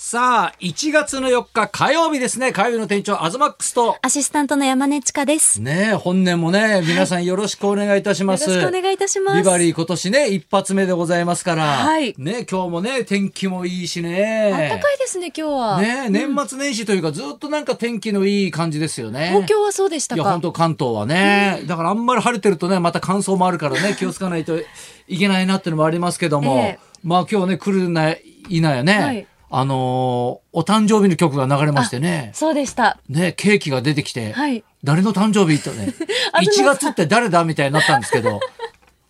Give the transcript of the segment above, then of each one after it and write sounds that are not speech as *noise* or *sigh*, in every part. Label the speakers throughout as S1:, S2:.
S1: さあ、1月の4日火曜日ですね。火曜日の店長、アズマックスと。
S2: アシスタントの山根千佳です。
S1: ねえ、本年もね、皆さんよろしくお願いいたします。
S2: よろしくお願いいたします
S1: ビバリー今年ね、一発目でございますから。
S2: はい
S1: ねえ今日もね、天気もいいしね。
S2: あったかいですね、今日は。
S1: ねえ年末年始というか、ずっとなんか天気のいい感じですよね。
S2: 東京はそうでした
S1: いや、
S2: か
S1: 本。当関東はね、だからあんまり晴れてるとね、また乾燥もあるから
S2: *laughs*
S1: ね、気をつかないといけないなっていうのもありますけども、
S2: ええ
S1: まあ今日ね、来るないなやね、
S2: はい
S1: あのーお誕生日の曲が流れましてね、
S2: そうでした。
S1: ね、ケーキが出てきて、
S2: はい
S1: 誰の誕生日とね、
S2: *laughs* あ
S1: 1月って誰だみたいになったんですけ
S2: *laughs*
S1: ど、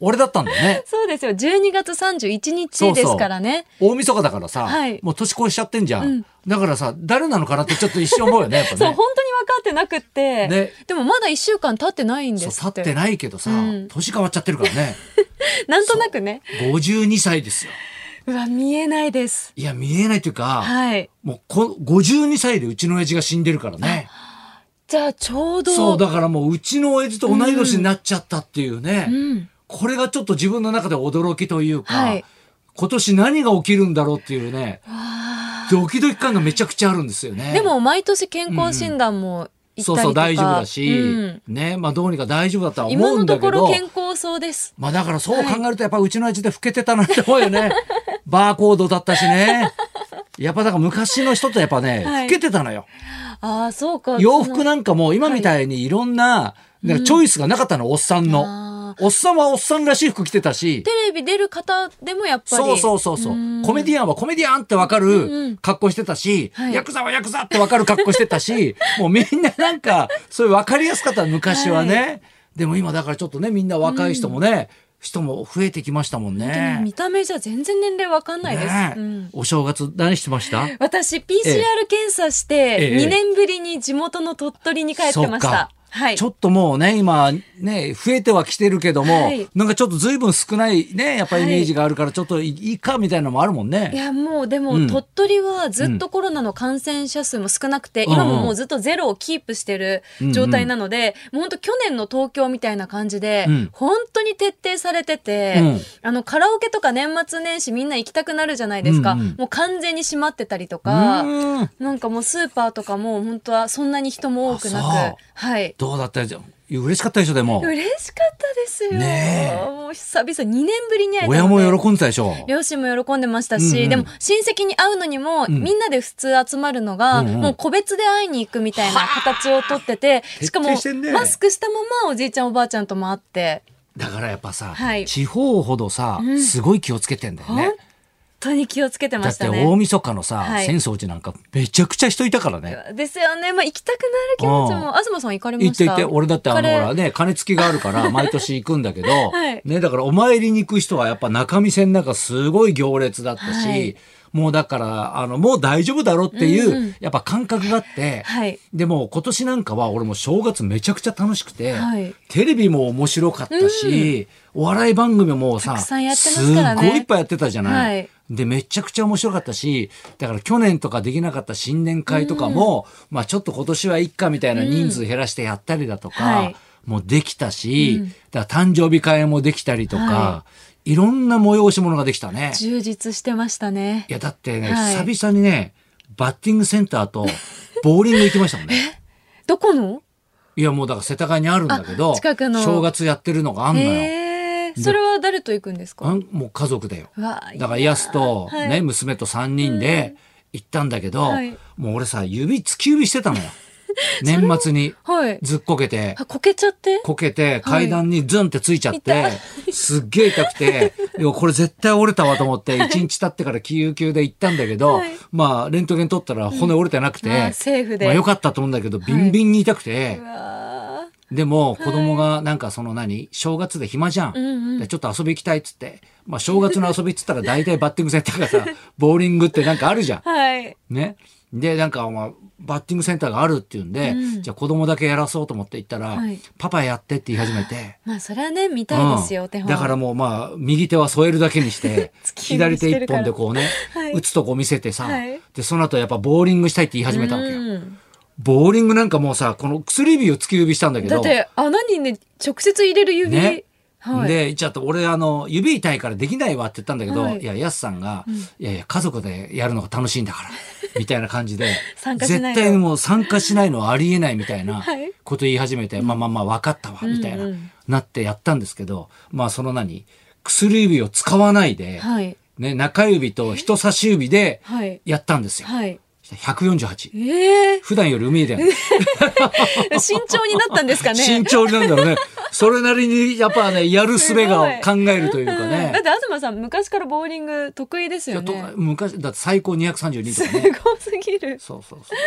S1: 俺だったんだよね。
S2: そうですよ。12月31
S1: そう
S2: 日
S1: そう
S2: ですからね。
S1: 大晦日だからさ、
S2: はい
S1: もう年越しちゃってんじゃん。
S2: うん
S1: だからさ、誰なのかなってちょっと一瞬思うよね、やっぱね。
S2: *laughs* そう、本当に分かってなくって。
S1: ね
S2: でもまだ1週間経ってないん
S1: そう
S2: ですっ
S1: 立
S2: て。
S1: ってないけどさ、
S2: うん
S1: 年変わっちゃってるから
S2: *laughs*
S1: ね。
S2: なんとなくね。
S1: 52歳ですよ。
S2: うわ、見えないです。
S1: いや、見えないというか、
S2: はい。
S1: もうこ、52歳でうちの親父が死んでるからね。
S2: じゃあ、ちょうど。
S1: そう、だからもううちの親父と同い年になっちゃったっていうね、
S2: うん。
S1: これがちょっと自分の中で驚きというか、
S2: はい
S1: 今年何が起きるんだろうっていうね、
S2: わ
S1: ドキドキ感がめちゃくちゃあるんですよ
S2: ー
S1: ね。
S2: でも、毎年健康診断も行ったりとか、
S1: そうそう、大丈夫だし、
S2: うん
S1: ね、まあどうにか大丈夫だとは思
S2: 今
S1: う
S2: の
S1: んだ
S2: と
S1: け
S2: こ
S1: ど
S2: ろ、健康そうです。
S1: まあだからそう考えるとやっぱうちの親父で老けてたなって思うよ
S2: *laughs*
S1: ね。バーコードだったしね。やっぱだから昔の人ってやっぱね、
S2: はい
S1: 老けてたのよ。
S2: ああ、そうか。
S1: 洋服なんかも今みたいにいろんな、なんかチョイスがなかったの、おっさん
S2: その
S1: の。
S2: あー
S1: おっさんはおっさんらしい服着てたし
S2: テ、レビ出る方でもやっぱり。
S1: そうそうそうそう、
S2: ん
S1: コメディアンはコメディアンってわか
S2: んう
S1: る
S2: ん
S1: 格好してたし、
S2: はい
S1: ヤクザはヤクザってわかる格好してた
S2: *laughs*
S1: し、もうみんななんか、そういうわかりやすかった昔はね、でも今だからちょっとね、みんな若い人もね、人も増えてきましたもん
S2: でも
S1: ね。
S2: 見た目じゃ全然年齢わかんないです。
S1: ねえ
S2: うん
S1: お正月何してました
S2: 私 PCR 検査して
S1: ええ
S2: 2年ぶりに地元の鳥取に帰ってまし
S1: そうか
S2: た。はい
S1: ち。ょっともうね、今ね、増えてはきてるけども、
S2: はい
S1: なんかちょっと随分少ないね、やっぱりイ
S2: はい
S1: メージがあるから、ちょっといいいかみたいなのもあるもん
S2: い
S1: ね。
S2: やもうでも、
S1: うん
S2: 鳥取はずっとコロナの感染者数も少なくて、
S1: うん
S2: 今ももうずっとゼロをキープしてる状態なので、もう本当去年の東京みたいな感じで、
S1: うん
S2: 本当に徹底されてて、
S1: うん
S2: あのカラオケとか年末年始みんな行きたくなるじゃないですか、
S1: うんうん
S2: もう完全に閉まってたりと
S1: う
S2: か、
S1: ーん
S2: なんかもうスーパーとかも本当はそんなに人も多くな
S1: あそう
S2: く、はい。
S1: どうだったじゃん。嬉しかったでしょ、でも。
S2: 嬉しかったですよ。
S1: ねえ
S2: もう久々、2年ぶりに会えたので
S1: 親も喜んでたでしょ。
S2: 両親も喜んでましたし、
S1: うんうん
S2: でも親戚に会うのにも、
S1: ん
S2: みんなで普通集まるのが、
S1: うんうん
S2: もう個別で会いに行くみたいな形をとってて、しかも、
S1: 徹底してんね
S2: マスクしたままおじいちゃんおばあちゃんとも会って、
S1: だからやっぱさ、
S2: はい
S1: 地方ほどさ、
S2: うん
S1: すごい気をつけてんだよね
S2: 本。当に気をつけて
S1: だ
S2: ま
S1: っ
S2: してた
S1: 大
S2: ね。
S1: 晦日のさ、
S2: はい
S1: 浅草寺なんかめちゃくちゃ人いたからね。
S2: ですよね。まあ行きたくなる気持ちも、東さん行かれま
S1: 行っ
S2: してた
S1: 行って、俺だってあ
S2: カ
S1: の、
S2: レ
S1: ほ
S2: ー
S1: らね、金付きがある
S2: *laughs*
S1: から、毎年行くんだけど、
S2: はい
S1: ね、だからお参りに行く人はやっぱ中見線なんかすごい行列だったし、
S2: はい
S1: もうだから、あの、もう大丈夫だろっていう、
S2: うんうん
S1: やっぱ感覚があって、
S2: はい
S1: でもう今年なんかは俺も正月めちゃくちゃ楽しくて、
S2: はい
S1: テレビも面白かったし、お笑い番組もさ、
S2: たくさんやってますからね
S1: すごいいっぱいやってたじゃない。
S2: はい
S1: で、めちゃくちゃ面白かったし、だから去年とかできなかった新年会とかも、まあちょっと今年はいっかみたいな人数減らしてやったりだとか、
S2: うんはい
S1: もうできたし、
S2: うん
S1: だから誕生日会もできたりとか、、
S2: はい
S1: ろんな催し物ができたね。
S2: 充実してましたね
S1: い。や、だってね、
S2: はい
S1: 久々にね、バッティングセンターとボーリング行きましたもんね。
S2: どこの
S1: いやもうだから世田谷にあるんだけど
S2: あ近くの
S1: 正月やってるのがあんのよ。
S2: へえ。それは誰と行くんです
S1: あ
S2: か
S1: んもう家族だよ。
S2: うわ
S1: だからヤスと、
S2: はい
S1: ね娘と3人で行ったんだけど、
S2: はい
S1: もう俺さ指突き指して
S2: *laughs*
S1: たのよ。年末に
S2: はい。
S1: ずっこけて
S2: あ、こけちゃって
S1: こけて階段にズンってついちゃって、
S2: 痛
S1: すっげえ痛く
S2: *laughs*
S1: ていやこれ絶対折れたわと思って1日経ってから救急で行ったんだけど、
S2: はい
S1: まあレントゲン取ったら骨折れてなくて、
S2: うんあセーフで
S1: まあ、よかったと思うんだけどビンビンに痛くて。
S2: うわ
S1: でも子供がなんかその何正月で暇じゃん、
S2: うんうん
S1: でちょっと遊び行きたいっつって、まあ、正月の遊びっつったら大体バッティングセンターがさ *laughs* ボーリングってなんかあるじゃん。
S2: ーはい。
S1: ね、でなんか、まあ、バッティングセンターがあるっていうんで、
S2: うん
S1: じゃあ子供だけやらそうと思って行ったら、
S2: はい
S1: パパやってって言い始め
S2: *sighs*
S1: て。
S2: まあ、それはね、見たいですよ、
S1: う
S2: お
S1: ん
S2: 手本。
S1: だからもうまあ右手は添えるだけにして
S2: *laughs* 突き指
S1: 左
S2: して
S1: 手
S2: る
S1: 一
S2: から
S1: 本でこうね、
S2: はい
S1: 打つとこ見せてさ、
S2: はい
S1: でその後やっぱボーリングしたいって言い始めたわけよ、
S2: うん
S1: ボーリングなんかもうさこの薬指を突き指したんだけど
S2: だって、穴にね、直接入れる指。
S1: ね
S2: はい。
S1: で、ちょっと俺、あの、指痛いからできないわって言ったんだけど、
S2: はい
S1: い、や、やすさんが、
S2: ん *laughs*
S1: いやいや、家族でやるのが楽しいんだから。みたいな感じで
S2: 参加し
S1: 絶
S2: ないと
S1: 対にもう参加しないのはありえないみたいな
S2: はい
S1: こと言い始めて、まあまあまあ分かったわみたいな、
S2: うんうん
S1: なってやったんですけどまあその何薬指を使わないで、
S2: はい。
S1: ね、中指と人差し指で
S2: はい。
S1: やったんですよ。 *laughs*
S2: はい。
S1: 148。
S2: ええ
S1: 普段より海で、
S2: 慎重になったんですかね。
S1: *laughs* 慎重になるんだろうね。それなりにやっぱねやる術が考えるというか
S2: うんだっ
S1: ね。
S2: て東さん昔からボーリング得意です
S1: い
S2: よ
S1: やと
S2: ね。
S1: 昔だって最高232と
S2: す
S1: か
S2: *laughs*
S1: ね。
S2: ごすぎる。
S1: そうそうそう。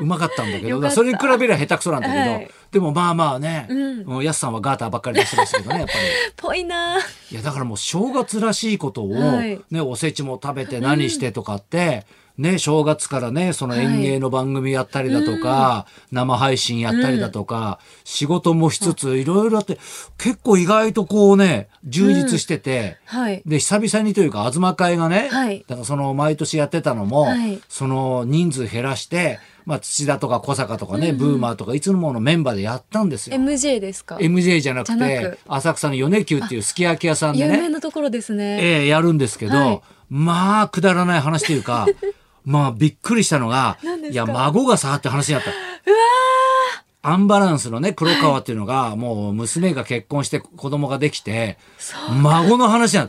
S1: うまかったんだけ
S2: よ
S1: ど、
S2: かった
S1: それに比べりゃ下手くそなんだけど、
S2: はい
S1: でもまあまあね、
S2: うん
S1: もうやすさんはガーターばっかり出してましたけどね、やっぱ
S2: *laughs*
S1: り。
S2: ぽいな。
S1: いや、だからもう正月らしいことを、
S2: はい
S1: ね、おせちも食べて何してとかって、ね、正月からね、その演芸の番組やったりだとか、生配信やったりだとか、仕事もしつつ、いろいろあって、結構意外とこうね、充実してて、
S2: はい。
S1: で久々にというか東会がね、
S2: はい
S1: だからその毎年やってたのも、
S2: はい
S1: その人数減らして、まあ、土田とか小坂とかね、ブーマーとかいつものメンバーでやったんですよ。
S2: MJ ですか。
S1: MJ じゃなくて
S2: じゃなく
S1: 浅草の米久っていうすき焼き屋さんで
S2: 有名
S1: ね、
S2: なところですね。
S1: ええやるんですけど、
S2: はい
S1: まあくだらない話というか *laughs* まあびっくりしたのが
S2: 何で
S1: い
S2: す
S1: や
S2: か
S1: 孫がさって話になった。アンバランスのね黒川っていうのが、もう娘が結婚して子供ができて孫の話なん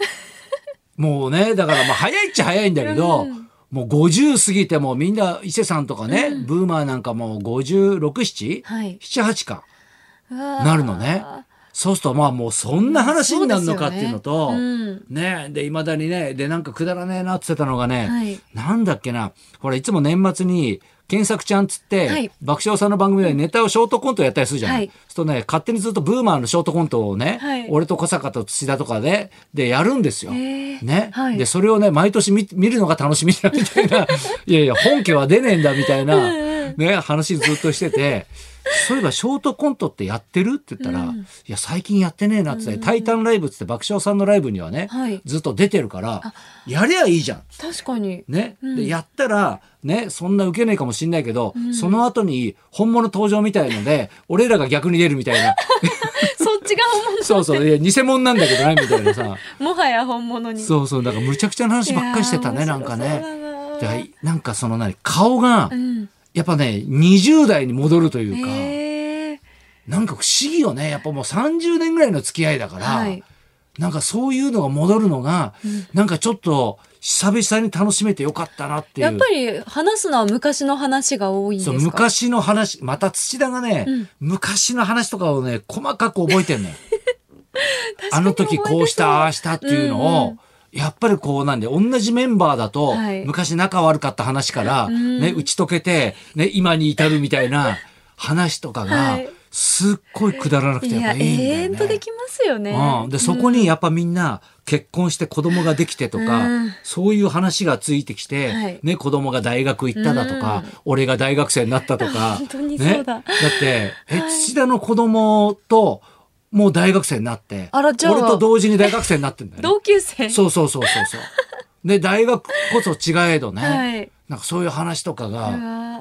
S1: もうねだからまあ早いっちゃ早いんだけど、
S2: うん
S1: もう50過ぎてもうみんな伊勢さんとかね、ブーマーなんかもう56778、
S2: はい
S1: 78かな
S2: な
S1: るのね。そうするとまあもうそんな話になるのかっ
S2: そう
S1: て
S2: で
S1: い
S2: すよね
S1: うのと、
S2: うん
S1: ねでいまだにねでなんかくだらねえなって言ってたのがね、
S2: はい
S1: なんだっけなほらいつも年末に検索ちゃんっつって、
S2: はい
S1: 爆笑さんの番組でネタをショートコントやったりするじゃない、
S2: はい
S1: そうするとね勝手にずっとブーマーのショートコントをね、
S2: はい
S1: 俺と小坂と土田とかででやるんですよ。
S2: へえ
S1: ね
S2: はい
S1: でそれをね毎年見見るのが楽しみだみたい
S2: *laughs*
S1: ないやいや本家は出ねえんだみたいなね話ずっとしてて。そういえばショートコントってやってるって言ったら、いや最近やってねえなって言って、タイタンライブっつって爆笑さんのライブにはね、
S2: はい
S1: ずっと出てるからやりゃいいじゃん。
S2: 確かに。
S1: ね
S2: うん
S1: でやったら、ね、そんな受けねえかもしんないけど、その後に本物登場みたいので俺らが逆に出るみたい
S2: *laughs*
S1: な
S2: *laughs* そっちが本
S1: そうそういや偽物なんだけどねみたいなさ
S2: 物。 *laughs* もはや本物に。
S1: そうそうだからむちゃくちゃな話ばっかりしてた
S2: い
S1: ね
S2: や
S1: な
S2: ー
S1: んか
S2: 面
S1: ね。
S2: 白そうだな
S1: でなんかその何顔が
S2: うん。
S1: やっぱね20代に戻るというか。
S2: ええ。
S1: なんか不思議よね。やっぱもう30年ぐらいの付き合いだから、
S2: はい
S1: なんかそういうのが戻るのが、なんかちょっと久々に楽しめてよかったなっていう。
S2: やっぱり話すのは昔の話が多いんです
S1: そ
S2: か。
S1: う昔の話、また土田がね、
S2: うん
S1: 昔の話とかをね、細かく覚えてんの
S2: *laughs*
S1: よ。
S2: か
S1: あ
S2: に
S1: の時こうした、ああしたっていうのを、
S2: うん
S1: やっぱりこうなんで、同じメンバーだと、
S2: はい
S1: 昔仲悪かった話から、
S2: ん
S1: ね、打ち解けて、ね、今に至るみたいな話とかが、
S2: はい
S1: すっごいくだらなくて
S2: い
S1: やっぱ
S2: や
S1: い
S2: 永
S1: いんだよね。
S2: 遠とできますよね。
S1: うん、でそこにやっぱみんな結婚して子供ができてとか、
S2: うん
S1: そういう話がついてきて、
S2: はい
S1: ね、子供が大学行っただとか、
S2: うん
S1: 俺が大学生になったとか
S2: *laughs* 本当にそうだ
S1: ね、だってえ土田の子供ともう大学生になって
S2: あらじゃあ
S1: 俺と同時に大学生になってんだよね。
S2: 同級生。
S1: そうそうそうそうそう。で大学こそ違えどね、
S2: はい
S1: なんかそういう話とか
S2: う
S1: が
S2: わ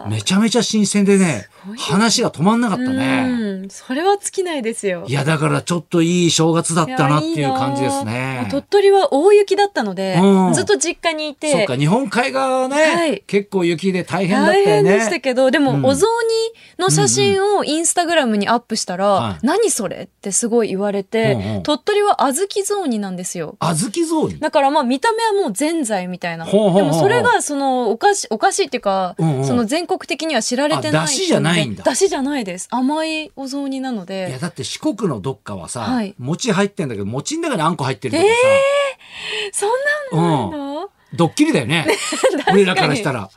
S2: ー
S1: めちゃめちゃ新鮮でね
S2: ごいです
S1: 話が止まんなかったね。
S2: うん、それは尽きないですよ。
S1: いやだからちょっといい正月だったなっていう感じです
S2: いやいいな
S1: ね
S2: あ。鳥取は大雪だったので、
S1: うん
S2: ずっと実家にい
S1: そってか日本海側はね、
S2: はい
S1: 結構雪で大変だった
S2: 大
S1: よ
S2: 変でした
S1: ね。
S2: けど、でも、
S1: うん
S2: お雑煮の写真をインスタグラムにアップしたら、
S1: はい
S2: 何それってすごい言われて、
S1: うんうん
S2: 鳥取は小豆雑煮なんですよ。
S1: 小豆雑煮
S2: だからまあ見た目はもうぜんざいみたいな。
S1: ほうほうほうほう
S2: でもそれがそのお菓子、お菓子っていうか、
S1: うんうん
S2: その全国的には知られてない。
S1: あ出汁じゃないんだ
S2: 出汁じゃないです。甘いお雑煮なの
S1: いや
S2: で。
S1: だって四国のどっかはさ、
S2: はい
S1: 餅入ってんだけど餅の中にあんこ入ってるとかさ、
S2: そんなのなんだ、
S1: ドッキリだよ
S2: *laughs*
S1: ね俺らからしたら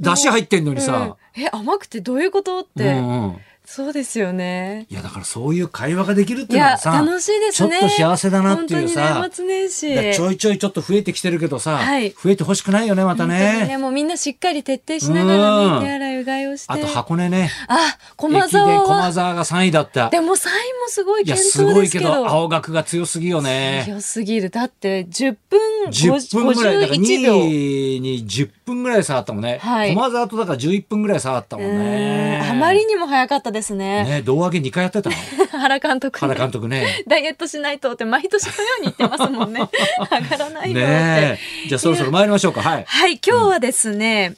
S1: だし入ってんのにさ、
S2: うんえ、甘くてどういうことっ
S1: うん
S2: て。
S1: うん、
S2: そうですよね。
S1: いやだからそういう会話ができるって
S2: い
S1: いうの
S2: や、
S1: はさ
S2: 楽しいですね。
S1: ちょっと幸せだなっていうさ
S2: 本当に年末
S1: だからち
S2: 年始。
S1: ょいちょいちょっと増えてきてるけどさ、
S2: はい
S1: 増えてほしくないよねまた
S2: 本当に
S1: ね
S2: ね、もうみんなしっかり徹底しながら
S1: うん
S2: ね、手洗い、うがいをして。
S1: あと箱根ね
S2: あ駒
S1: 駅伝
S2: 沢
S1: 駒
S2: は。
S1: 沢が3位だった
S2: でも、3位もすごい
S1: いや
S2: 健
S1: す
S2: 闘
S1: ご
S2: で
S1: い
S2: す
S1: け
S2: け
S1: ど
S2: ど。
S1: 青学が強すぎよね
S2: 強すぎる。だって、10分
S1: 10分ぐらいだから
S2: 51秒。
S1: 2位に10分ぐらい差あったもんね、
S2: はい
S1: 駒沢とだから11分ぐらい差あったもんね
S2: うんあまりにも早かったですね。
S1: ね胴上げ2回やってたの
S2: 原監督ね
S1: 原監督ね
S2: ダイエットしないとって毎年のように言ってますも
S1: *laughs*
S2: んね。 *laughs* 上がらないよって。
S1: ねえじゃあそろそろ参りましょうかはい
S2: はい、今日はですね、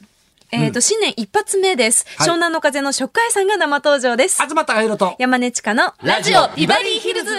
S2: えっ、と、新年一発目です。
S1: はい
S2: 湘南の風の初回さんが生登場です。
S1: 東隆弘と
S2: 山根千佳の
S1: ラジオビバリーヒルズ
S2: ズ